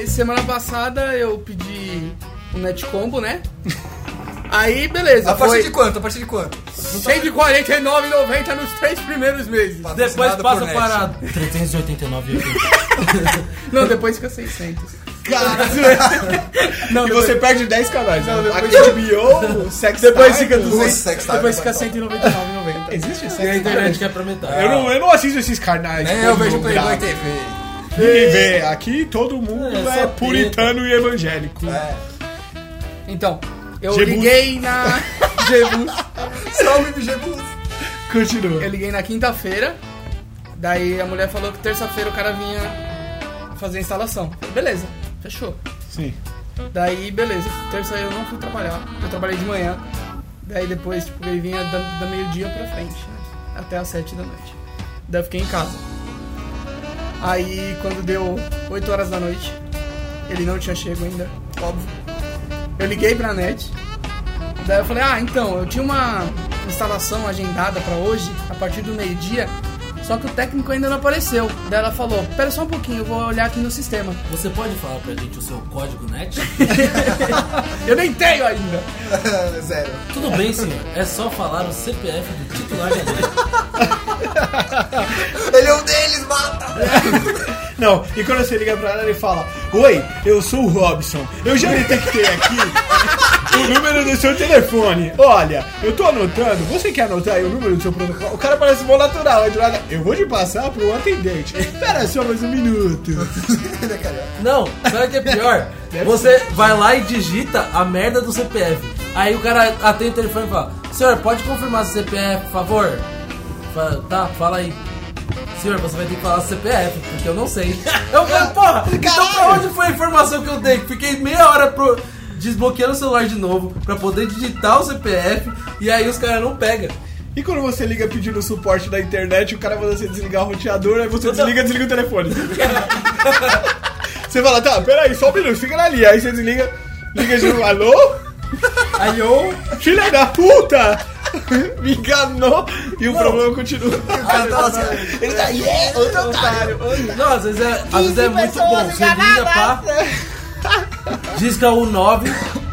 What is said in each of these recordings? E semana passada eu pedi um net combo, né? Aí, beleza. A partir foi de quanto? A partir de quanto? 149,90 nos três primeiros meses. Depois Patrocinado passa por para Net. 389 Não, depois fica 600. e você perde 10 canais. Não, depois- HBO, Sex Depois fica Nossa, 200. sex time Depois vai fica pau. 199,90. Existe e a Sex internet Time? quer pra metade. Eu não, eu não assisto esses canais. Nem todo É, eu vejo mundo Playboy grava. TV. Ninguém vê. Aqui todo mundo É, só é, treta. puritano e evangélico. É. Então, eu Jebus. liguei na. Jebus. Salve, Bijebus. Continua. Eu liguei na quinta-feira, daí a mulher falou que terça-feira o cara vinha fazer a instalação. Falei, Beleza, fechou. Sim. Daí, beleza, terça eu não fui trabalhar, eu trabalhei de manhã. Daí depois, tipo, ele vinha da, da meio-dia pra frente, né? Até as sete da noite. Daí eu fiquei em casa. Aí quando deu 8 horas da noite, ele não tinha chego ainda, óbvio. Eu liguei pra net. Daí eu falei, ah, então, eu tinha uma instalação agendada pra hoje, a partir do meio-dia, só que o técnico ainda não apareceu. Daí ela falou, pera só um pouquinho, eu vou olhar aqui no sistema. Você pode falar pra gente o seu código net? Eu nem tenho ainda! Zero. Tudo bem, senhor. É só falar o CPF do titular da net. Ele é um deles, mata! Não, e quando você liga pra ela, ele fala: Oi, eu sou o Robson. Eu já detectei aqui o número do seu telefone. Olha, eu tô anotando. Você quer anotar aí o número do seu protocolo? O cara parece bom natural. Ele olha, eu vou te passar pro atendente. Espera só mais um minuto. Ele é carioca. Não, sabe o que é pior? Você vai lá e digita a merda do CPF. Aí o cara atende o telefone e fala: Senhor, pode confirmar seu CPF, por favor? Fala, tá, fala aí. Senhor, você vai ter que falar CPF, porque eu não sei. Eu falei, porra, então pra onde foi a informação que eu dei? Fiquei meia hora pro... desbloqueando o celular de novo pra poder digitar o CPF e aí os caras não pegam. E quando você liga pedindo suporte da internet, o cara manda você desligar o roteador, aí você desliga, desliga o telefone. Você fala, tá, peraí, só um minuto, fica na linha. Aí você desliga, liga de novo, alô? Alô? Filha da puta! Me enganou e o problema continua. O cara tá assim. Ele tá, yeah, outro otário. Não, às vezes é, às vezes é muito bom. Você liga, pá. Disca é o 9,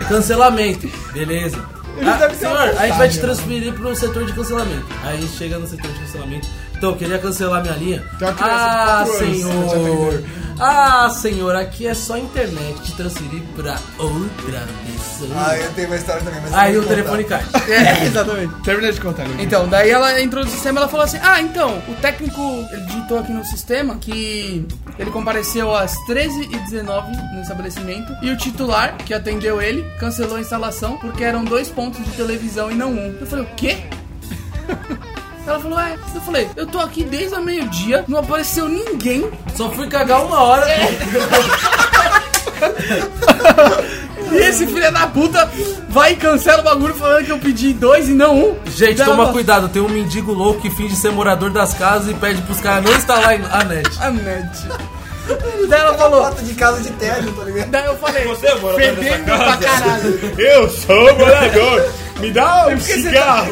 cancelamento. Beleza. Ele Ah, deve ser senhor, uma a gente vai te postagem. transferir pro setor de cancelamento. Aí chega no setor de cancelamento. Então, eu queria cancelar minha linha. Tem uma criança de Ah, quatro anos, já tá senhor. Ah, senhor, aqui é só internet. Te transferir pra outra Ah, pessoa. eu tenho uma história também, mas. Aí eu o vou contar. telefone cai. É, Exatamente. Termina de contar. Luiz. Então, daí ela entrou no sistema e ela falou assim: Ah, então, o técnico ele digitou aqui no sistema que ele compareceu às 13h19 no estabelecimento e o titular que atendeu ele cancelou a instalação porque eram dois pontos de televisão e não um. Eu falei: O quê? Ela falou, é. Eu falei, eu tô aqui desde a meio-dia, não apareceu ninguém. Só fui cagar uma hora. E esse filho da puta vai e cancela o bagulho falando que eu pedi dois e não um. Daí Gente, ela toma falou, cuidado. Tem um mendigo louco que finge ser morador das casas e pede pros caras não instalar a net. A net. "Ah, Daí ela falou, Foto de casa de tédio, tá ligado? daí eu falei, Você é morador dessa fedendo pra caralho. Eu sou morador. Me dá um cigarro.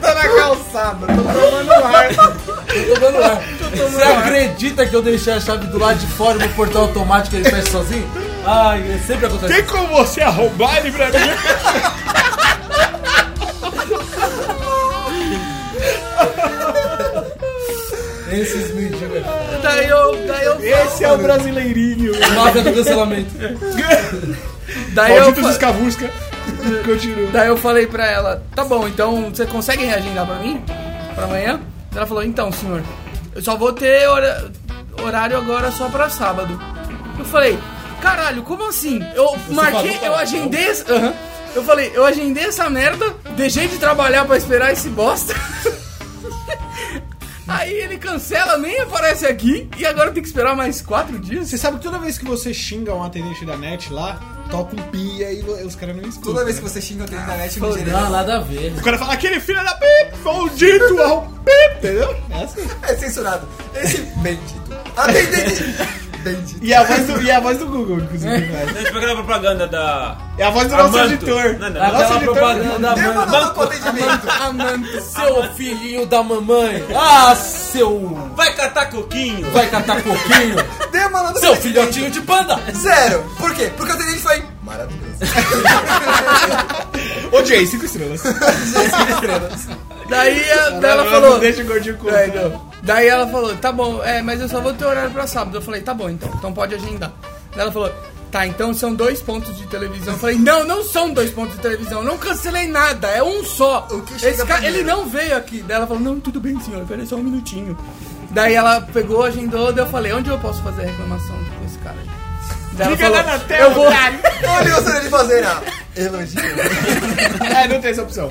Tá na calçada, tô tomando ar. Tô dando ar. Você acredita que eu deixei a chave do lado de fora e no portão automático ele fecha sozinho? Ai, é, sempre acontece. Tem como você arrombar ele pra mim? Esses mendigos. Daí eu, daí eu, Esse é o brasileirinho. Máfia do cancelamento. daí eu, Malditos escavusca. Continua. daí eu falei pra ela, tá bom, então você consegue reagendar pra mim? Pra amanhã? Ela falou, então, senhor, eu só vou ter hora- horário agora só pra sábado. Eu falei, caralho, como assim? Eu marquei, falou pra eu ela, então? agendei... esse- Aham. Eu falei, eu agendei essa merda, deixei de trabalhar pra esperar esse bosta. Aí ele cancela, nem aparece aqui, e agora tem que esperar mais quatro dias? Você sabe que toda vez que você xinga um atendente da net lá, toca um pi e os caras não escutam. Toda vez né? que você xinga o tênis na net, foda-se. me Não, nada a ver. O cara fala, aquele filho da pip, maldito ao pip, entendeu? É assim. É censurado. Esse bendito. Atendente. dente. E a voz do, e a voz do Google, inclusive, velho. Deixa eu pegar a propaganda da. É a voz do nosso Amanto. editor. Não, não. Nosso Tá Aquela editor- propaganda da Dê uma mãe. nova atendimento. Ah, Amando. Seu filhinho da mamãe. Ah, seu... Vai catar coquinho! Vai catar coquinho. Dê uma nova Seu atendimento. filhotinho de panda. Zero. Por quê? Porque o atendente foi maravilhoso. Odiei, cinco estrelas. Gente, estrelas. Daí a, daí Ela ela falou. Deixa o gordinho com É, não. Daí ela falou, tá bom, é, mas eu só vou ter horário pra sábado. Eu falei, tá bom então, então pode agendar. Daí ela falou, tá, então são dois pontos de televisão. Eu falei, não, não são dois pontos de televisão, não cancelei nada, é um só. O que Esse chega cara, ele primeiro? não veio aqui. Daí ela falou, não, tudo bem senhor, peraí só um minutinho. Daí ela pegou, agendou, daí eu falei, onde eu posso fazer a reclamação com esse cara? aí? Daí ela Fica lá falou, na tela, eu vou... Olha o gostaria de fazer, ah, elogio. É, não tem essa opção.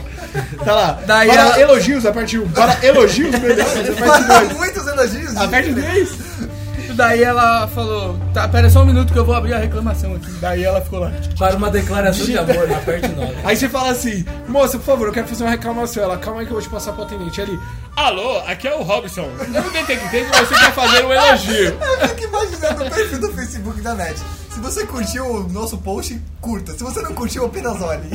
Tá lá. Daí para ela- elogios, aperte 1. Para elogios melhores, aperte 2. Muitos elogios. gente. Aperte 3. Daí ela falou, tá, pera só um minuto que eu vou abrir a reclamação aqui. Daí ela ficou lá. Para uma declaração de amor, aperte 9. Aí você fala assim, moça, por favor, eu quero fazer uma reclamação. Ela, calma aí que eu vou te passar pro atendente. Ele, alô, aqui é o Robson. Eu não detectei que você quer fazer um elogio. Eu fico imaginando o perfil do Facebook da NET. Se você curtiu o nosso post, curta. Se você não curtiu, apenas olhe.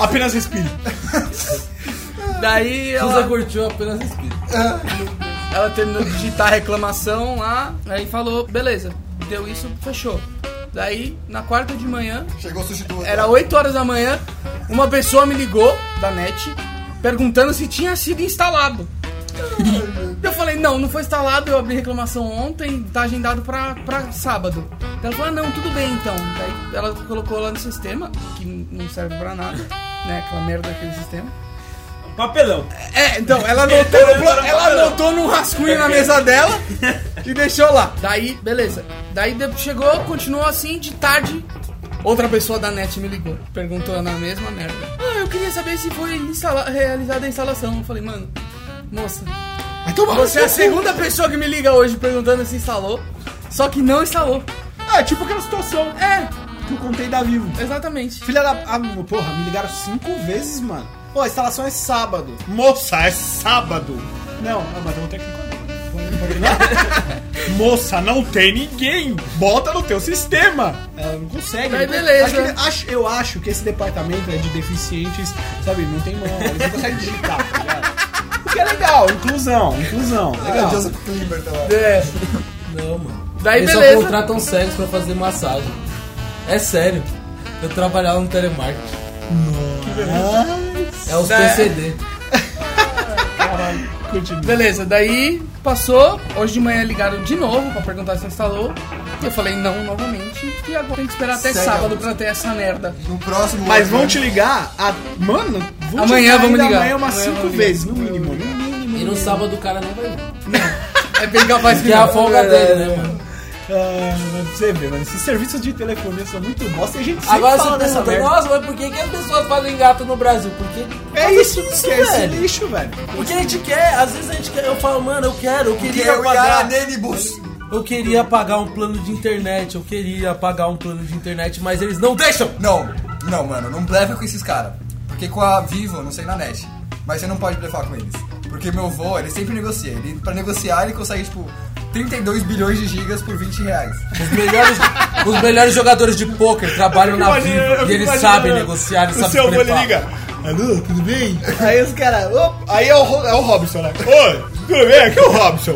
Apenas respire. Daí ela... Susa curtiu apenas espírito. Ela terminou de digitar a reclamação lá, aí falou, beleza, deu isso, fechou. Daí, na quarta de manhã, Chegou o sushi do era 8 horas da manhã, uma pessoa me ligou da net perguntando se tinha sido instalado. Eu falei, não, não foi instalado, eu abri reclamação ontem, tá agendado pra, pra sábado. Ela falou, ah, não, tudo bem então. Daí ela colocou lá no sistema, que não serve pra nada, né? Aquela merda daquele sistema. Papelão! É, então, ela anotou, no, pla- ela anotou num rascunho na mesa dela e deixou lá. Daí, beleza. Daí de- chegou, continuou assim, de tarde. Outra pessoa da net me ligou, perguntou na mesma merda. Ah, eu queria saber se foi instala- realizada a instalação. Eu falei, mano, moça, você é a segunda pessoa que me liga hoje perguntando se instalou, só que não instalou. É, tipo aquela situação É, que eu contei da Vivo. exatamente. Filha da... Ah, meu, porra, me ligaram cinco vezes, mano. Pô, a instalação é sábado. Moça, é sábado. Não, ah, mas eu vou ter que não. Moça, não tem ninguém. Bota no teu sistema. Ela É, não consegue. Aí não- beleza. Acho que ele- acho- eu acho que esse departamento é de deficientes, sabe? Não tem mão, eles não conseguem digitar, tá ligado? O que é legal, inclusão, inclusão. Ah, Legal. Joseph Klimber, tá lá. É. Não, mano. Daí, Eles beleza. só contratam cegos pra fazer massagem. É sério. Eu trabalhava no telemarketing. Ah, É os Daí- PCD. Continua. Beleza, daí passou. Hoje de manhã ligaram de novo pra perguntar se instalou. Eu falei não novamente. E agora tem que esperar até Segue sábado a pra ter essa merda. No próximo. Mas ano, vão te ligar a... Mano, vão te Amanhã ligar vamos ainda ligar. Amanhã umas Amanhã cinco vamos ligar. vezes, no mínimo. No mínimo. E no sábado o cara não vai vir. É bem capaz que Que é a não. folga dele, né, mano? Ah, mas pra você ver, mano, esses serviços de telefonia são muito bons. Tem gente que sempre Agora fala você dessa pergunta, merda. nossa, mas por que, que as pessoas fazem gato no Brasil? Por quê? É Mas isso, que é esse velho. lixo, velho. Porque a gente quer, às vezes a gente quer, eu falo, mano, eu quero, eu Que queria é o pagar. Yaranenibus. Eu queria pagar um plano de internet, eu queria pagar um plano de internet, mas eles não deixam! Não, não, mano, não blefa com esses caras. Porque com a Vivo, não sei na net. Mas você não pode blefar com eles. Porque meu avô, ele sempre negocia. Ele, pra negociar, ele consegue, tipo, 32 bilhões de gigas por 20 reais. Os melhores, os melhores jogadores de pôquer trabalham na Tá Vivo e eles sabem negociar, eles O sabem seu avô ele blefar. liga. Alô, tudo bem? Aí os caras. Aí é o, Ro- é o Robson, né? Oi, tudo bem? Aqui é o Robson.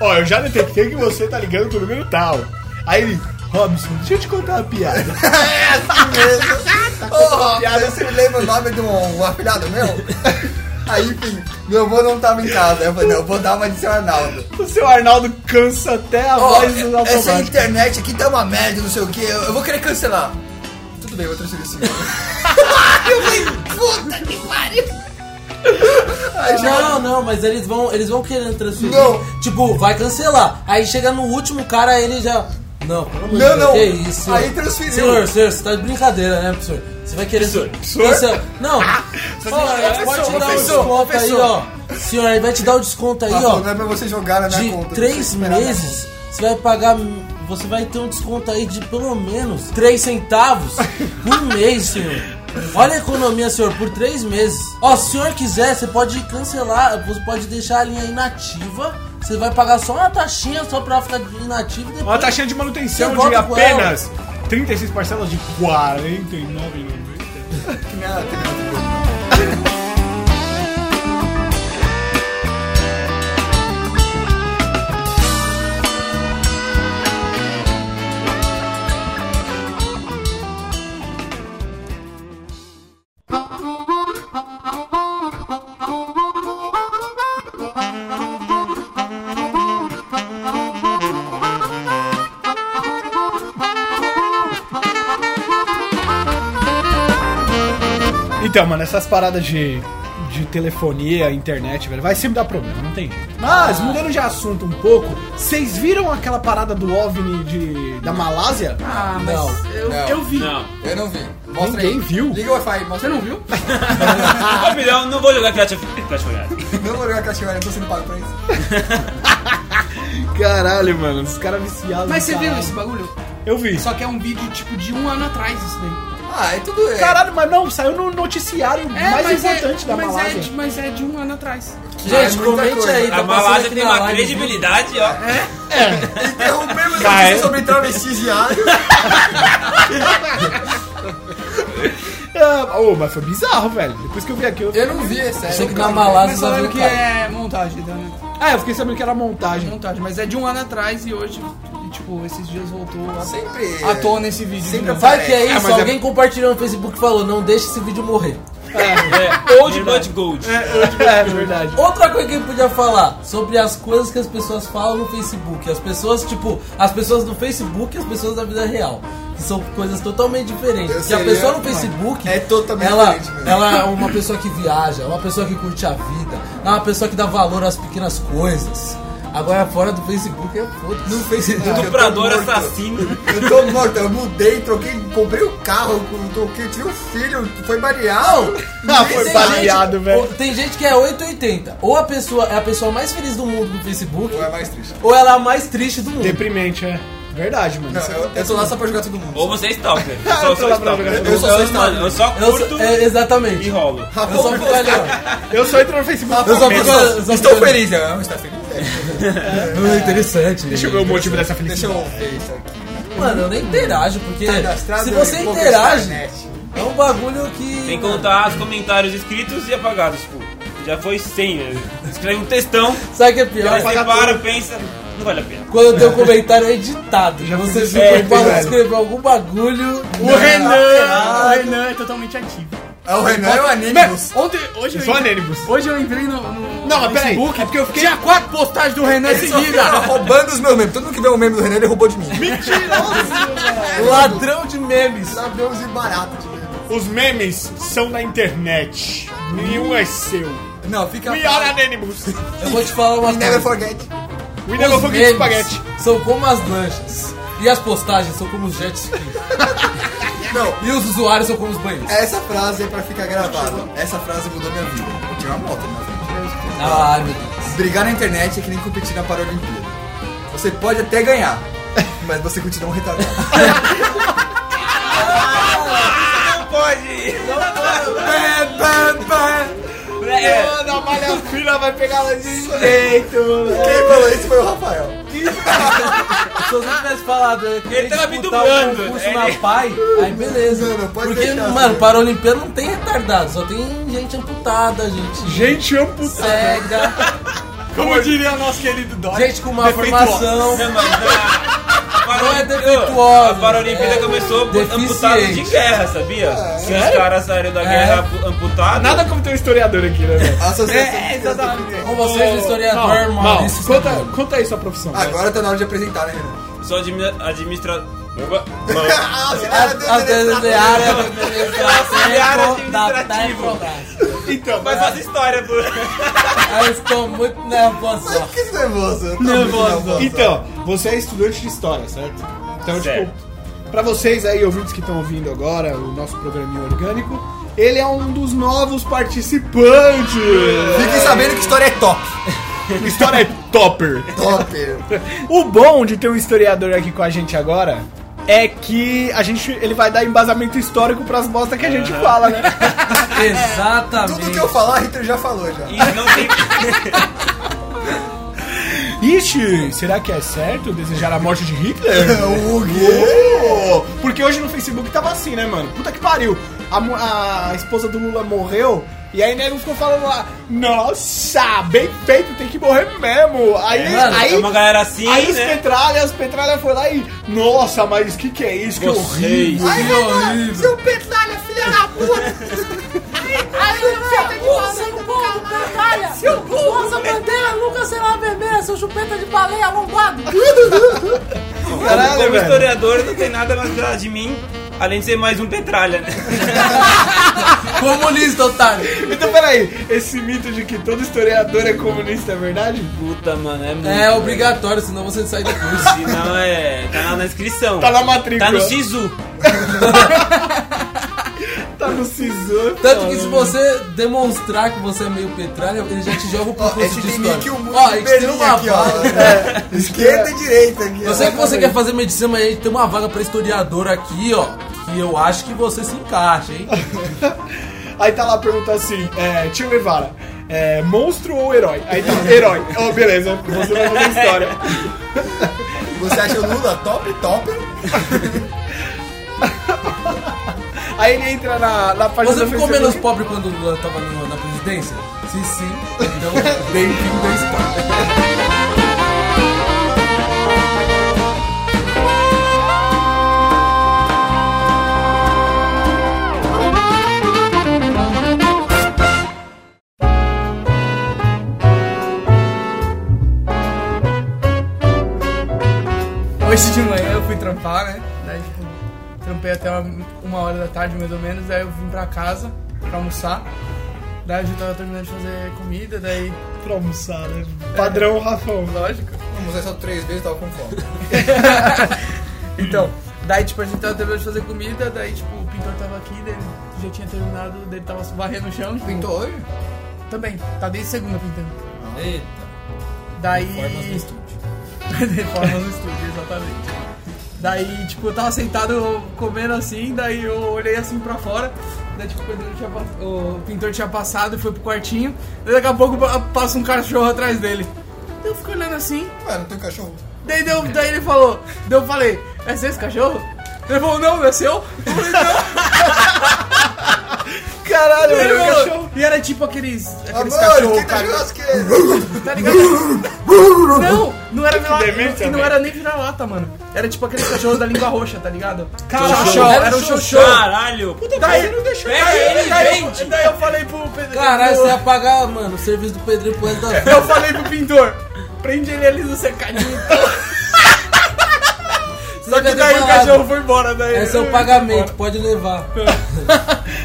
Ó, eu já detectei que você tá ligando com o número tal. Aí ele. Robson, deixa eu te contar uma piada. Ô, piada, você me lembra o nome de um, um afilhado meu? Aí, enfim, meu avô não tava em casa. Eu falei, não, eu vou dar uma de seu Arnaldo. O seu Arnaldo cansa até a Ó, voz do essa um automático. internet aqui tá uma merda, não sei o que, eu, eu vou querer cancelar. Tudo bem, eu vou transferir o senhor. eu falei, puta que pariu! Aí chegou- Não, não, mas eles vão, eles vão querendo transferir. Não. Tipo, vai cancelar. Aí chega no último cara, ele já. Não, pelo amor de Não, Deus, não. Que isso? senhor? Aí transferiu. Senhor, senhor, você tá de brincadeira, né, professor? Você vai querer. Senhor? Não. Fala, Professor, pode te dar um professor, desconto professor. aí, ó. Senhor, aí vai te dar o desconto aí, Ela ó. falou, não é pra você jogar na minha De conta. não três sei esperar na meses, você vai pagar. Você vai ter um desconto aí de pelo menos três centavos por mês, senhor. Olha a economia, senhor, por três meses. Ó, se o senhor quiser, você pode cancelar, você pode deixar a linha inativa Você vai pagar só uma taxinha só pra ficar inativo e depois. Uma taxinha de manutenção Você de volta com apenas 36 parcelas de 49,90. Que nem a TV. Então, mano, essas paradas de, de telefonia, internet, velho, vai sempre dar problema, não tem jeito. Ah. Mas, mudando de assunto um pouco, vocês viram aquela parada do OVNI de, da Malásia? Ah, mas Não, eu, não. eu vi. Não. Eu não vi. Mostra aí. Ninguém viu? Liga o Wi-Fi, Você mostra não viu? Ô, milhão, não vou jogar Clash of Clash Royale. Não é vou ligar a cachorro, não tô sendo pago pra isso. Caralho, mano, os caras viciados. Mas você viu caralho. esse bagulho? Eu vi. Só que é um vídeo tipo de um ano atrás isso daí. Ah, é tudo. É, Caralho, mas não, saiu no noticiário mais mas importante é, da mas Malásia. É de, mas é de um ano atrás. Gente, muita comente coisa. aí. É tá A passando Malásia aqui tem na uma live. credibilidade, ó. Interrompemos a Ah, é? notícia sobre travestis diário. Ah, oh, mas foi bizarro, velho. Depois que eu vi aqui, eu... Eu não vi, é sério. Achei que tá na Malásia Mas eu só lembro viu que cara. é montagem, tá, né? Ah, eu fiquei sabendo que era montagem. Montagem. Mas é de um ano atrás e hoje, e, tipo, esses dias voltou a, Sempre. à tona esse vídeo. de Sempre novo. Vai que é Ah, isso, mas é- alguém compartilhou no Facebook e falou, não deixa esse vídeo morrer. É, Old Blood Gold. É, verdade. Outra coisa que eu podia falar sobre as coisas que as pessoas falam no Facebook. As pessoas, tipo, as pessoas do Facebook e as pessoas da vida real. Que são coisas totalmente diferentes. Eu Porque a seria- pessoa no mano, Facebook. é totalmente ela, diferente mesmo. ela é uma pessoa que viaja, é uma pessoa que curte a vida, é uma pessoa que dá valor às pequenas coisas. Agora fora do Facebook é foda. No Facebook. eu tô Estuprador morto. assassino. Eu tô morto, eu mudei, troquei, comprei o carro, eu troquei, tirei o filho, foi barial. Ah, foi Tem baleado, gente- velho. ou- Tem gente que é 880. Ou a pessoa é a pessoa mais feliz do mundo no Facebook, Ou é mais triste. ou ela é a mais triste do mundo. Deprimente, é. Verdade, mano. Não, eu, eu tô lá só pra jogar todo Ou mundo. você é stalker. Eu Ah, sou, eu tô sou lá pra stalker. Então, jogar. Eu sou só mano, eu estado. só Eu sou- curto é, exatamente. e rolo. Eu só fico ali, ó. Eu só entro no Facebook. Eu só mesmo. fico. eu só Estou fico- feliz, eu amo estar feliz. Ah, interessante. Deixa eu ver o motivo dessa felicidade. Deixa eu ver isso aqui. Mano, eu nem interajo, porque Cadastrado se você em poucas interage, internet. é um bagulho que. Sem contar os comentários escritos e apagados, tipo, já foi 100, né? Escreve um textão, Sabe o que é e pior? aí você para, pensa, não vale a pena. Quando o teu comentário é editado, já você se é, prepara pra velho. escrever algum bagulho. O Renan, o Renan é totalmente ativo. É o Renan é o Mano, Anonymous. ontem, hoje eu, Sou entrei, anônimos. hoje eu entrei no, no Não, mas peraí. Facebook. É porque eu fiquei. Tinha quatro postagens do Renan seguida. Tá roubando os meus memes. Todo mundo que vê o meme do Renan, ele roubou de mim. Ladrão de memes. Sabemos e barato de meme. Os memes são da internet. Nenhum é seu. Não, fica. We are anonymous. Eu vou te falar uma Never coisa. forget. We Os never forget memes spaghetti. São como as lanchas. E as postagens são como os jet skis. Não, E os usuários são como os banheiros. Essa frase é pra ficar gravada. Essa frase mudou minha vida. Eu tinha uma né? moto na minha vida. Ah, meu Deus. Brigar na internet é que nem competir na Paralimpíada. Você pode até ganhar, mas você continua um retardado. Não pode! Pé, pé, pé. Mano, a malhafina vai pegar ela de jeito, mano. Quem falou isso foi o Rafael. Se você tivesse falado eu queria Ele tava É. me disputar dublando, o concurso ele- na PAI, aí beleza. Não, não, pode Porque, deixar, mano, né? para a Olimpíada não tem retardado, só tem gente amputada, gente Gente amputada. cega, Como diria nosso querido Dó. gente com má formação. Não, mas a, a Não é Paralimpíada- defeituosa, a Paralimpíada é começou deficiente. amputada de guerra, sabia? Que os sério? caras saíram da É. guerra ampu- amputados. Nada como ter um historiador aqui, né, velho? A Associação. Com vocês, o historiador Mal, mal. Maurício Conta, Santana. conta aí sua profissão. velho. Agora tá na hora de apresentar, né, Renan? Sou administrador. administra... Ah, você As tá as vezes é tá, de área do Auxiliar Ministério da é administrativo. Petrobras. Então, Mas faz história, pô. tá. Eu estou muito nervoso. Por que você é nervoso? Eu tô muito nervoso. Então, você é estudante de história, certo? Então, Certo. tipo, pra vocês aí, ouvintes que estão ouvindo agora o nosso programinha orgânico, ele é um dos novos participantes! Fiquem sabendo que história é top. História é topper! Top. O bom de ter um historiador aqui com a gente agora é que a gente, ele vai dar embasamento histórico pras bosta que a gente fala, né? Exatamente. Tudo que eu falar, Hitler já falou já. E não tem. Ixi, será que é certo desejar a morte de Hitler? O quê? Porque hoje no Facebook tava assim, né, mano? Puta que pariu. A, mu- a esposa do Lula morreu. E aí nego ficou falando lá, nossa, bem feito, tem que morrer mesmo. Aí, mano, aí, É uma galera assim, aí os né? Petralha, as Petralha foi lá e, nossa, mas que que é isso, que horrível. Vocês. Ai, Renan, seu petralha, filha da puta! Seu povo, batalha! Seu povo! Nossa bandeira nunca será vermelha, seu chupeta de baleia lombado! Como- como velho. historiador, não tem nada mais pra- de mim, além de ser mais um petralha, né? Comunista, otário. Então, peraí, esse mito de que todo historiador é comunista é verdade? Puta, mano, é muito. É obrigatório, senão você sai do curso. Senão é. Tá na, na inscrição. Tá na matrícula. Tá no Sisu. Tá no SISU. Tanto que se você demonstrar que você é meio petralha, ele já te joga pro Ó, curso esse de tem meio que história. um muro Ó, a de gente tem Berlim uma aqui, ó. vaga. É, Esquerda e direita aqui, Eu ó. sei que você quer fazer medicina, mas a gente tem uma vaga pra historiador aqui, ó. Que eu acho que você se encaixa, hein? Aí tá lá pergunta assim, é, tio Guevara, é, monstro ou herói? Aí tá, herói. Oh, beleza, você vai fazer história. Você acha o Lula top, top? Aí ele entra na, na página Você do ficou Facebook. menos pobre quando o Lula tava no- na presidência? Se sim, então bem-vindo à história. Hoje de manhã eu fui trampar, né? Daí, tipo, trampei até uma, uma hora da tarde, mais ou menos. Daí eu vim pra casa pra almoçar. Daí a gente tava terminando de fazer comida, daí, Pra almoçar, né? Padrão Rafão. lógico. Vamos usar só três vezes, tava com fome. Então, daí, tipo, a gente tava terminando de fazer comida, daí, tipo, o pintor tava aqui, daí ele já tinha terminado, daí ele tava varrendo o chão. tipo, Pintou hoje? Também, tá desde segunda pintando. Eita. Daí. Formas do estúdio. Reformas no estúdio, exatamente. Daí, tipo, eu tava sentado comendo assim, daí eu olhei assim pra fora, daí tipo, o pintor tinha, pa- o pintor tinha passado e foi pro quartinho, daí daqui a pouco pa- passa um cachorro atrás dele. Daí eu fico olhando assim, Ué, não tem cachorro. daí, deu, daí ele falou, daí eu falei, é seu esse cachorro? Ele falou, não, não é seu? Eu falei, não, Caralho, Daí ele é meu falou- cachorro. E era tipo aqueles, aqueles Amor, cachorros, que cara, negócio que é esse? tá ligado? Não, não era, vira, demência, e não velho. era nem vira-lata, mano. Era tipo aqueles cachorros da língua roxa, tá ligado? Caralho. Xoxó, era um xoxó. Caralho. Puta Daí ele não deixou. Pega daí, ele, daí, vende. Eu, daí eu falei pro Pedro. Caralho, pro- você é ia pagar, mano, o serviço do Pedrinho pro resto da vida. Eu falei pro pintor. Prende ele ali no cercadinho. Só que daí o cachorro foi embora. Daí Esse é o pagamento, pode levar.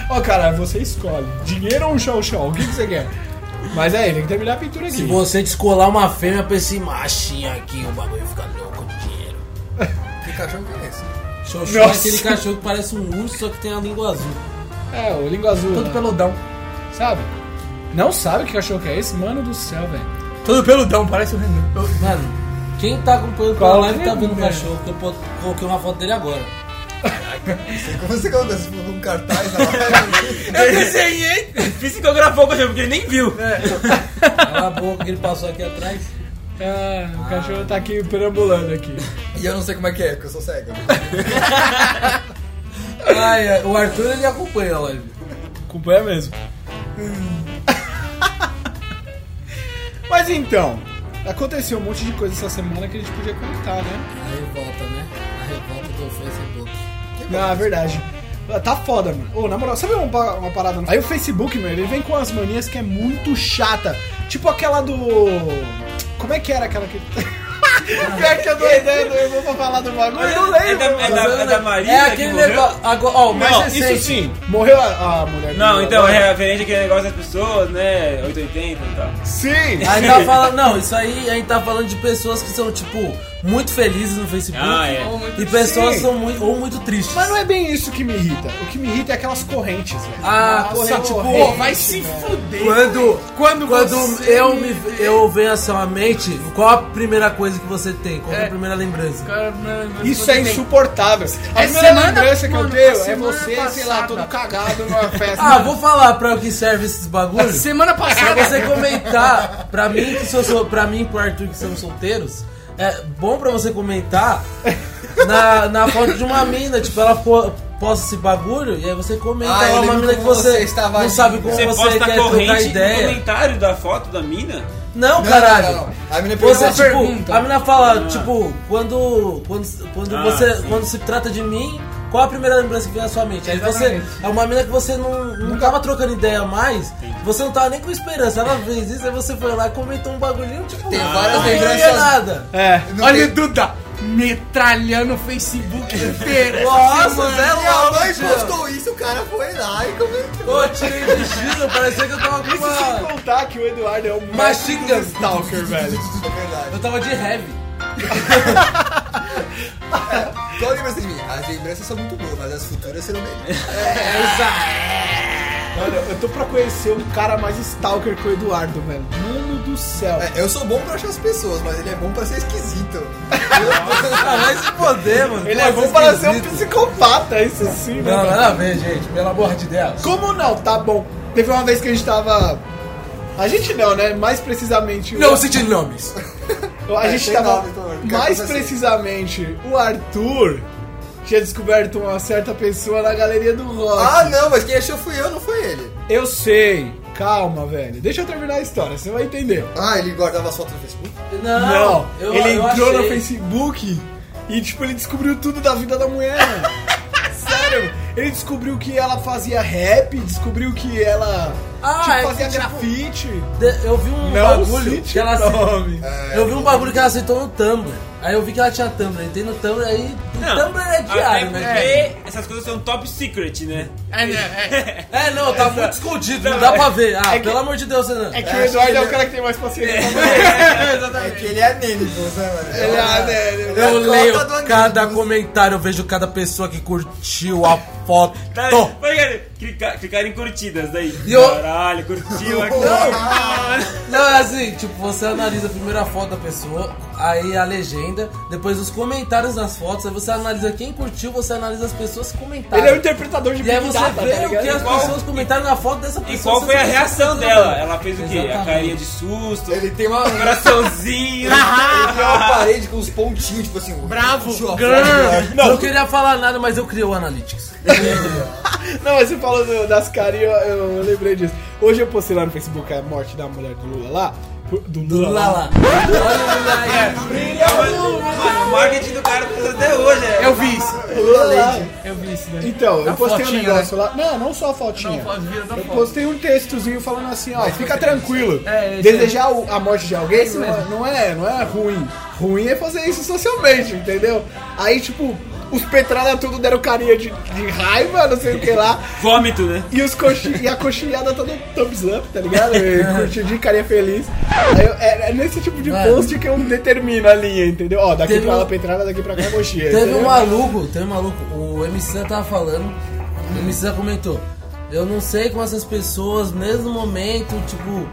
Ó, cara, você escolhe. Dinheiro ou show show? O que, que você quer? Mas é, tem que terminar a pintura aqui. Se você descolar uma fêmea pra esse machinho aqui, o bagulho fica louco de dinheiro. Que cachorro que é esse? Xoxó é Nossa. aquele cachorro que parece um urso, só que tem a língua azul. É, o língua azul. Todo lá. peludão. Sabe? Não sabe que cachorro que é esse? Mano do céu, velho. Todo peludão, parece o Renan. Mano, quem tá acompanhando pela Qual live tá é, vendo o velho? cachorro, que eu po- coloquei uma foto dele agora. Como você colocou esse um cartaz na hora? Eu desenhei. Psicografou o cachorro, porque ele nem viu. Cala a boca que ele passou aqui atrás. Ah, o cachorro tá aqui perambulando aqui. E eu não sei como é que é, porque eu sou cego. Ai, ai, o Arthur ele acompanha a live. Acompanha mesmo. Mas então, aconteceu um monte de coisa essa semana que a gente podia comentar, A né? revolta, né? A revolta do Facebook. Não, é verdade. Ah, Tá foda, mano. Ô, na moral, sabe uma, pa- uma parada? Aí o Facebook, mano, ele vem com as manias que é muito chata. Tipo aquela do. Como é que era aquela que. Pior que eu dou ideia, eu vou pra falar do bagulho, eu não É lembro. da, é mano. da, é da Maria É que aquele morreu? negócio. Agora, ó, o mais Não, recente. Isso sim, é morreu a, a mulher. Não, que- então, é referente àquele negócio das pessoas, né? 880 e tal. Sim! Então Ah. Aí tá falando, não, isso aí a gente tá falando de pessoas que são tipo muito felizes no Facebook Ah, é. Ou muito e pessoas Sim. são muito, ou muito tristes. Mas não é bem isso que me irrita. O que me irrita é aquelas correntes, velho. Ah, Tá só tipo, Pô, vai se fuder. quando Quando, quando você- eu me eu venho à sua mente, qual a primeira coisa que você tem? Qual é É. a primeira lembrança? Cara, mano, mas Isso você é tem- insuportável. A É primeira semana- lembrança que mano, eu tenho a é semana você, sei passada. lá, todo cagado numa festa. Ah, vou falar pra que serve esses bagulhos. Semana Pra passada você comentar, pra mim que sou, sou pra mim e pro Arthur que somos solteiros, é bom pra você comentar na, na foto de uma mina, tipo, ela po- posta esse bagulho e aí você comenta Ah, eu lá uma lembro mina que como você, você estava não ali. sabe como Você você, posta a quer trocar corrente no ideia. comentário da foto da mina? Não, Não, caralho. não, não. A mina Você, pergunta- tipo, pergunta. a mina fala, tipo, quando quando, quando Ah, você sim. quando se trata de mim, qual a primeira lembrança que vem à sua mente? Aí você Exatamente. é uma mina que você não, não tava trocando ideia mais, você não tava nem com esperança. Ela fez isso, aí você foi lá e comentou um bagulhinho, tipo, Tem ah, várias não queria lembranças- nada. É. Não Olha o tem- Duda metralhando o Facebook inteiro. Nossa, Zé Minha mãe Lopes, mano. postou isso, o cara foi lá e comentou. Pô, tirei de giro, parecia que eu tava com Isso sem uma... contar que o Eduardo é um Machine mestre do Gun. Stalker, velho. É verdade. Eu tava de heavy. Qual lembrança de mim? Então, tipo assim, As lembranças são muito boas, mas as futuras serão melhores. Olha, eu tô pra conhecer um cara mais Stalker que o Eduardo, velho. Mano do céu. É, eu sou bom pra achar as pessoas, mas ele é bom pra ser esquisito. Ah, vai se poder, mano. Ele Pô, é bom vocês para ser um esquisitos. psicopata, isso sim, né? Não, é velho? nada a ver, gente. Pelo amor de Deus. Como não? Tá bom. Teve uma vez que a gente tava. A gente não, né? Mais precisamente. o- cite nomes. A É, gente tem tava. nome, então, eu quero mais conversar. precisamente, o Arthur tinha descoberto uma certa pessoa na galeria do rock. ah, não, mas quem achou fui eu, não foi ele. Eu sei. Calma, velho. Deixa eu terminar a história, você vai entender. Ah, ele guardava as fotos no Facebook? Não, Não, eu- ele eu entrou no achei. Facebook e, tipo, ele descobriu tudo da vida da mulher. Sério? Ele descobriu que ela fazia rap, descobriu que ela Ah, tipo, é que, fazia tipo, grafite. De- Eu vi um Não bagulho cite que ela ace- nome. É, Eu vi um bagulho que ela aceitou no Tumblr. Aí eu vi que ela tinha Tumblr. Entrei no Tumblr aí. Não, Ah, Tumblr é diário, né? até porque essas coisas são top secret, né? É, né? É. É, não, tá muito escondido, não dá é pra ver. Ah, pelo amor de Deus, Renan. É que acho o Eduardo que é o ele- cara que tem mais paciência pra É que ele é anêmicos, né, mano? Ele é anêmico. é a Eu cota leio do anêmico. cada comentário, eu vejo cada pessoa que curtiu a foto. Tá, tá ligado? Clicar, clicar em curtidas daí. E eu- Caralho, curtiu aqui. Não, é assim, tipo, você analisa a primeira foto da pessoa, aí a legenda, depois os comentários nas fotos, aí você analisa quem curtiu, você analisa as pessoas que comentaram. um Ele é o interpretador tipo de E aí você Big Data, tá vê o que ligado? as pessoas comentaram na foto dessa pessoa. E qual você foi a sabe reação que dela? tá Ela fez o quê? A Exatamente. Ah, carinha de susto, Ele tem uma. um Ele tem coraçãozinho. é uma parede com os pontinhos, tipo assim. Bravo, puxou a girl. foto, né? Não, não queria falar nada, mas eu criei o Analytics. Não, mas você falou do- das carinhas, eu, eu lembrei disso. Hoje eu postei lá no Facebook é a morte da mulher do Lula lá. Do Lula Lá, lá. lá. Olha o Lula aí. Mano, o marketing do cara fez até hoje, é. Eu vi isso. Do Lula lá. Eu vi isso, né? Então, eu A postei fotinha, né? um negócio lá. Não, não só a fotinha. Não, vira da eu foto. postei um textozinho falando assim, ó, fica tranquilo. É, esse Desejar o- a morte de alguém Esse não, é, mesmo. não é, não é ruim. Ruim é fazer isso socialmente, entendeu? Aí, tipo, os petralha tudo deram carinha de, de raiva, não sei o que lá. Vômito, né? E, os coxi... e a coxilhada toda thumbs up, tá ligado? E Curtidinha, carinha feliz. Aí eu- é, é nesse tipo de Mano. post que eu determino a linha, entendeu? Ó, daqui Teve pra lá um- petralha, daqui pra cá coxinha. Teve entendeu? um maluco, teve um maluco, o MC tava falando, o MC comentou, eu não sei como essas pessoas, mesmo momento, tipo,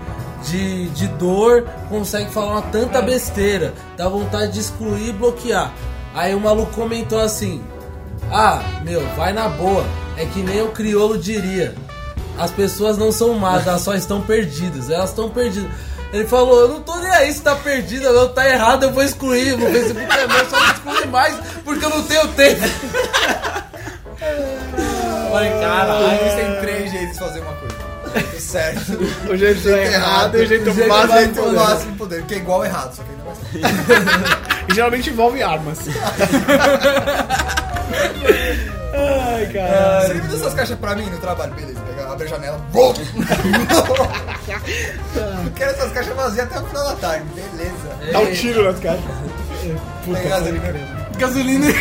de, de dor, conseguem falar uma tanta besteira, dá vontade de excluir e bloquear. Aí o maluco comentou assim, ah, meu, vai na boa, é que nem o criolo diria, as pessoas não são más, elas só estão perdidas, elas estão perdidas. Ele falou, eu não tô nem aí se tá perdido, não, tá errado, eu vou excluir, meu Facebook é meu, só não exclui mais, porque eu não tenho tempo. Falei, Ah, caralho. Existem três jeitos de fazer uma coisa. Certo. O jeito errado e o jeito jeito máximo. mais- o poder. máximo poder. Porque é igual errado, só que ainda mais. E geralmente envolve armas. Ai, cara. Você lembra dessas caixas pra mim no trabalho? Beleza, pega, abre a janela. Bom! Eu quero essas caixas vazias até o final da tarde. Beleza. Dá um tiro nas caras. Tá Tem gasolina. Gasolina.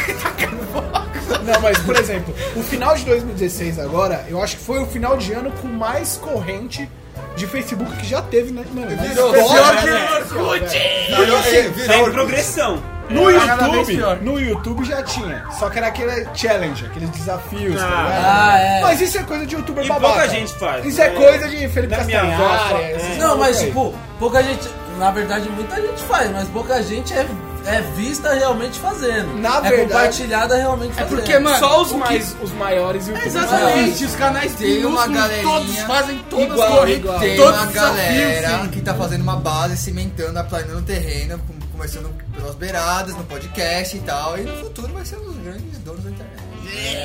Não, mas, por exemplo, o final de 2016 agora, eu acho que foi o final de ano com mais corrente de Facebook que já teve, né? Mano, na Virou. história. Pior que o Orkut! Virou, é, virou Tá em Orkut. progressão. No tá cada vez YouTube, pior. no YouTube já tinha. Só que era aquele challenge, aqueles desafios, tá Ah. ligado? Ah, é. Mas isso é coisa de youtuber E babaca. pouca gente faz, Isso né? é coisa de Felipe Da minha avó, Castanhari. é. esses Não, mas malucos aí. tipo, pouca gente. Na verdade, muita gente faz, mas pouca gente é, é vista realmente fazendo. Na é verdade- compartilhada realmente fazendo. É porque, mano, Só os o que- mais, os maiores e o Exatamente, os canais Tem tem uma galerinha todos fazem todas igual, correm- igual. todos Tem os uma desafios, galera sim. que tá fazendo uma base, cimentando, aplanando o terreno, com- começando pelas beiradas, no podcast e tal. E no futuro vai ser um dos grandes donos da internet.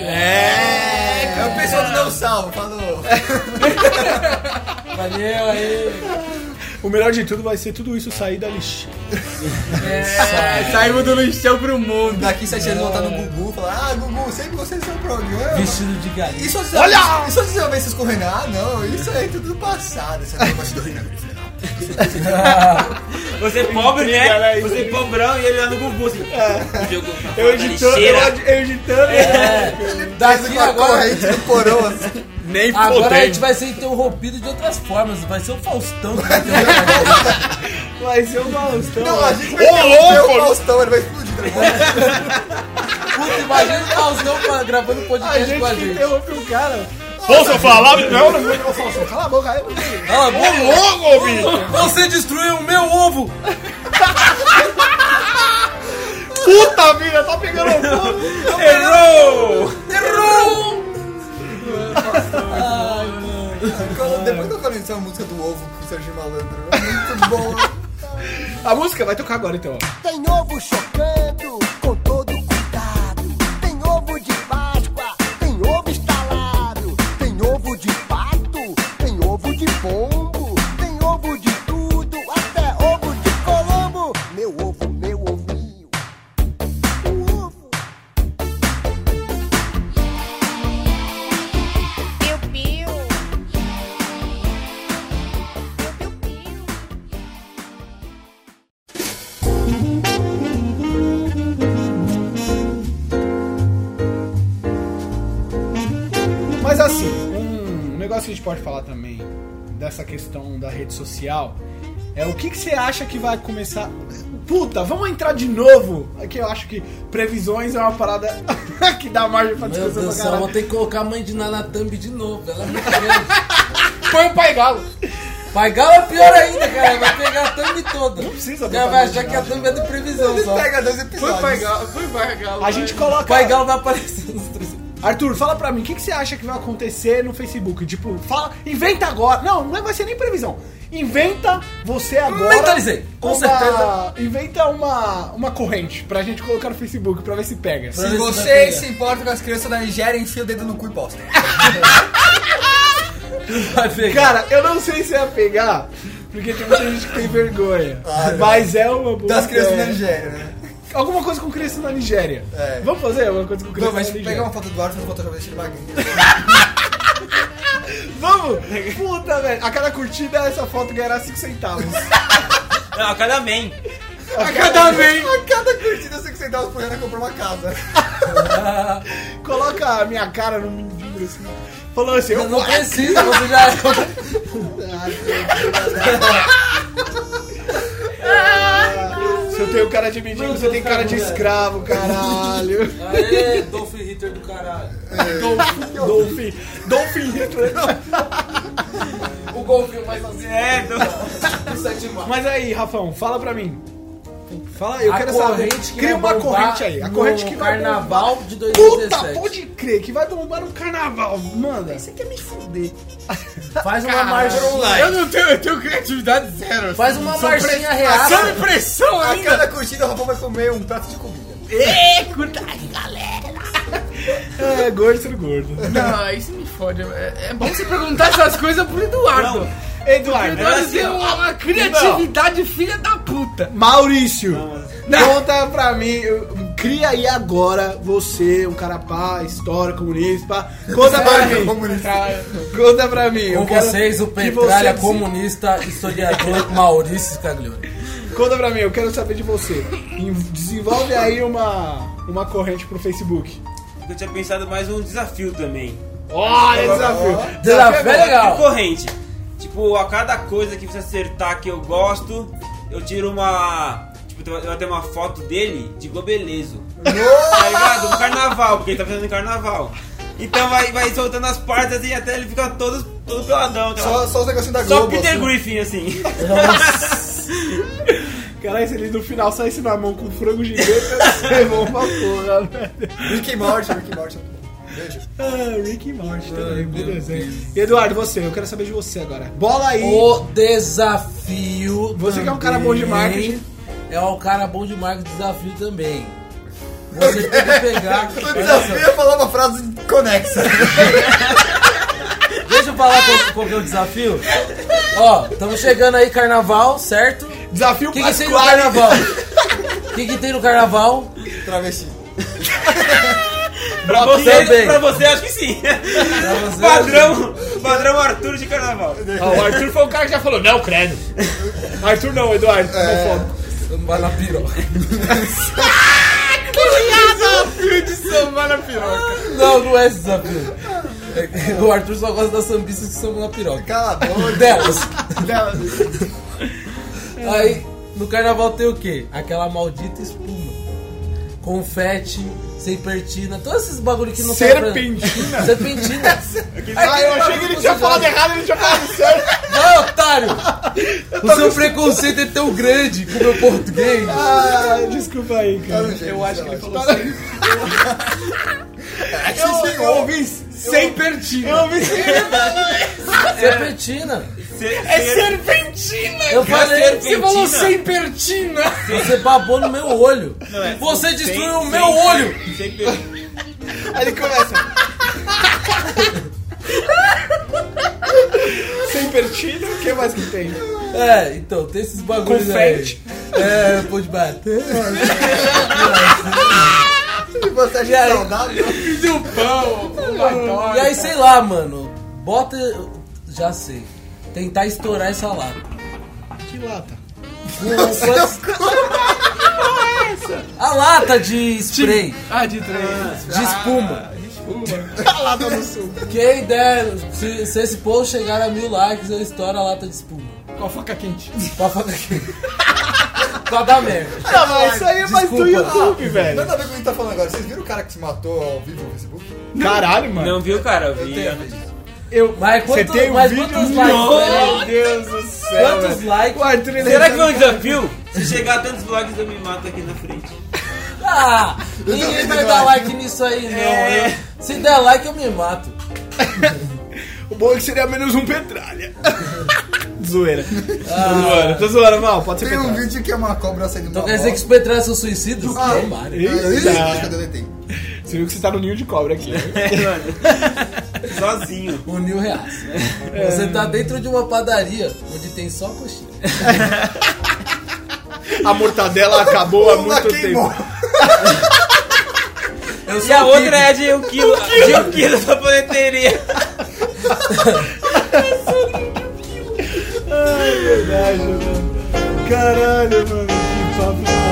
É, é o pessoal do Não Salvo, falou. Valeu aí. O melhor de tudo vai ser tudo isso sair da lixinha. É, saímos do lixão pro mundo. Daqui sete anos voltar no Gugu e falar, ah, Gugu, sempre gostei do seu programa. Vestido de galinha. Isso Olha! Isso você vai ver vocês correndo. Ah, não, isso aí é tudo do passado. Essa negócio do né, Renan. Você é pobre, Intriga, né? né? Você é pobrão e ele lá no Gugu, assim. Eu editando, eu, lixeira. adi- eu editando. É, daqui agora. Corrente do coroa, assim. Nem Ah, Agora a gente vai ser interrompido de outras formas. Vai ser o Faustão que vai um interromper. Vai ser um Faustão. Não, a gente Ô, vai ter o louco! Faustão, ele vai explodir. tá ligado? Puta, imagina o Faustão pra- gravando A podcast gente com a que gente. interrompe o cara. é Posso falar? Não, não. Ô, Faustão, cala a boca aí. mano. Cala a boca. Logo, bicho. Você destruiu o meu ovo! Puta vida, tá pegando fogo. Errou! Errou! Quando- Depois que eu falei essa música do ovo com o Sérgio Malandro, é muito bom. A música vai tocar agora então. ó. Tem ovo chocando com todo cuidado. Tem ovo de Páscoa, tem ovo estalado. Tem ovo de pato, tem ovo de pombo. Tem ovo de tudo, até ovo de colombo. Meu ovo, meu ovinho. O ovo. Piu, piu. Piu, piu, piu. Mas assim, um negócio que a gente pode falar também dessa questão da rede social é o que, que você acha que vai começar. Puta, vamos entrar de novo. Aqui eu acho que previsões é uma parada que dá margem pra Meu discussão Deus do céu, pra vou caralho. ter que colocar a mãe de Nana Thumb de novo. Ela é muito grande. Põe o pai galo. Pai Galo é pior ainda, cara. Vai pegar a thumb toda. Não precisa O cara botar vai mãe de achar que a thumb é de previsão só. Pega dois Põe o pai episódios. galo. Põe o pai galo. A gente coloca. Pai Galo vai aparecer nos três. Arthur, fala pra mim, o que, que você acha que vai acontecer no Facebook? Tipo, fala, inventa agora. Não, não vai ser nem previsão. Inventa você agora. Mentalizei, com certeza. Inventa uma, uma corrente pra gente colocar no Facebook pra ver se pega. Pra Se ver se vai vocês pegar. se importam com as crianças da Nigéria, enfia o dedo no cu e posta. Vai pegar. Cara, eu não sei se ia pegar, porque tem muita gente que tem vergonha. mas é uma boa Das crianças da ideia. Nigéria, né? Alguma coisa com criança na Nigéria. É. Vamos fazer alguma coisa com criança Não, mas na pegar Nigéria. uma foto do Arthur no Photoshop deixa ele magrinho. Vamos! Puta, velho. A cada curtida, essa foto ganhará 5 centavos. Não, a cada man. A cada vez. A cada curtida, 5 centavos por ano comprou uma casa. Coloca a minha cara no mindinho assim. Falando assim, eu Não precisa, você já. é. Se eu tenho cara de mendigo, você tem cara de né?" escravo, caralho. Aê, Dolph Hitter do caralho. Dolphin. Dolphin Hitler. O golfinho mais assim. É, do... do sete mar. Mas aí, Rafão, fala pra mim. Fala aí, eu A quero saber. corrente que Cria vai uma bombar corrente aí. A corrente no que vai Carnaval de bombar. 2017. Puta, pode crer, que vai bombar no carnaval. Manda. Você quer me fuder. Faz uma marcha. Eu não tenho, eu tenho criatividade zero. Faz uma marchinha real. Só impressão A ainda. cada curtida, o Rafa vai comer um prato de comida. É, gordo sendo gordo. Não, isso me fode. É, é bom você perguntar essas coisas pro Eduardo. Não. Eduardo. Eduardo é assim, tem uma, uma criatividade filha da puta. Maurício, conta pra mim, eu- cria aí agora você, um cara pá, história, comunista, pá. conta pra Vai, mim, comunista. conta pra mim. eu Com quero vocês, o que Petralha você- comunista, historiador Maurício Scaglione. Conta pra mim, eu quero saber de você. Em- Desenvolve aí uma, uma corrente pro Facebook. Eu tinha pensado mais um desafio também. Olha esse Ah, desafio. Desafio é De legal. corrente. Tipo, a cada coisa que você acertar que eu gosto, eu tiro uma. tipo, Tipo, tem uma- eu tenho uma foto dele de gobelezo. tá ligado? No carnaval, porque ele tá fazendo carnaval. Então vai, vai soltando as partes assim até ele fica todo, todo peladão. aquela- Só, só os negocinhos da Só Globo. Peter assim. Griffin, assim. Caralho, se eles no final saíssem na mão com frango gigante, eu vou uma É porra, velho. Rick and Morty, Rick and Morty. Beijo. Ah, Rick e Morty, também, bom desenho. Eduardo, você, eu quero saber de você agora. Bola aí! O desafio. Você que é um cara bom de marketing. É um cara bom de marketing, desafio também. Você tem que pegar. O desafio é falar uma frase conexa. Deixa eu falar qual, qual que é o desafio. Ó, estamos chegando aí, carnaval, certo? O Desafio que, que tem no Pasquale. carnaval? O que, que tem no carnaval? Travesti. Pra também. você, é pra você, acho que sim. você, padrão, padrão Arthur de carnaval. o Arthur foi o cara que já falou, não, credo. Arthur não, Eduardo, É. não foda. Vai na piroca. Samba na piroca. Não, não é esse desafio. É que O Arthur só gosta das sambistas que sambam na piroca. Cala a boca. Delas. Aí, no carnaval tem o quê? Aquela maldita espuma. Confete, serpentina, todos esses bagulho que não Serpentina? Serpentina? Serpentina. Ah, eu achei que ele tinha falado errado, ele tinha falado certo. Vai, otário! O seu preconceito é tão grande com o meu português. Ah, Desculpa aí, cara. Eu acho que ele falou assim. Eu ouvi sem pertinho. Eu ouvi sem Serpentina. É Eu falei, Você falou serpentina. Você babou no meu olho. Você destruiu o meu olho. Aí ele começa. pertinho. O que mais que tem? É, então, tem esses bagulhos Confete. aí. É, pode bater. Se você acha aí? saudável, E aí, sei lá, mano. Bota. Já sei. Tentar estourar essa lata. Que lata. Com- com as- A lata de spray, Ah, de três. de espuma. Lata do sul. Quem der, se, se esse post chegar a mil likes, eu estouro a lata de espuma. Com a faca quente. Pra fazer aqui. pra dar merda. Não, mas isso aí é mais do Desculpa. YouTube, velho. nada a ver com o que a gente tá falando agora. Vocês viram o cara que se matou ao vivo no Facebook? Caralho, mano. Não viu, cara? Eu vi. Eu... Mas, Você quanto, tem um mas vídeo? quantos likes? Meu peraí? Deus do céu, Quantos velho. likes? O Arthur, ele Será que foi um desafio? Se chegar a tantos vlogs, eu me mato aqui na frente. Ah, ninguém também vai dei dar like. like nisso aí, não. É. Eu- Se der like, eu me mato. O bom é que seria menos um petralha. Zoeira. Tô zoando, tô zoando, mal. Pode ser Tem um petralha. vídeo que é uma cobra saindo Então uma quer dizer que bola. os Petrais são suicidas? Ah, Tomara. Isso, Eita. acho que eu deletei. Você viu que você tá no ninho de cobra aqui. né? É, mano. Sozinho. O Nil Reais. Você tá dentro de uma padaria onde tem só coxinha. A mortadela acabou há Vamos lá, muito quem tempo. morre? Eu E a outra é de um quilo, de um quilo da boleteria. Ai, verdade, mano. Caralho, mano. Que papo.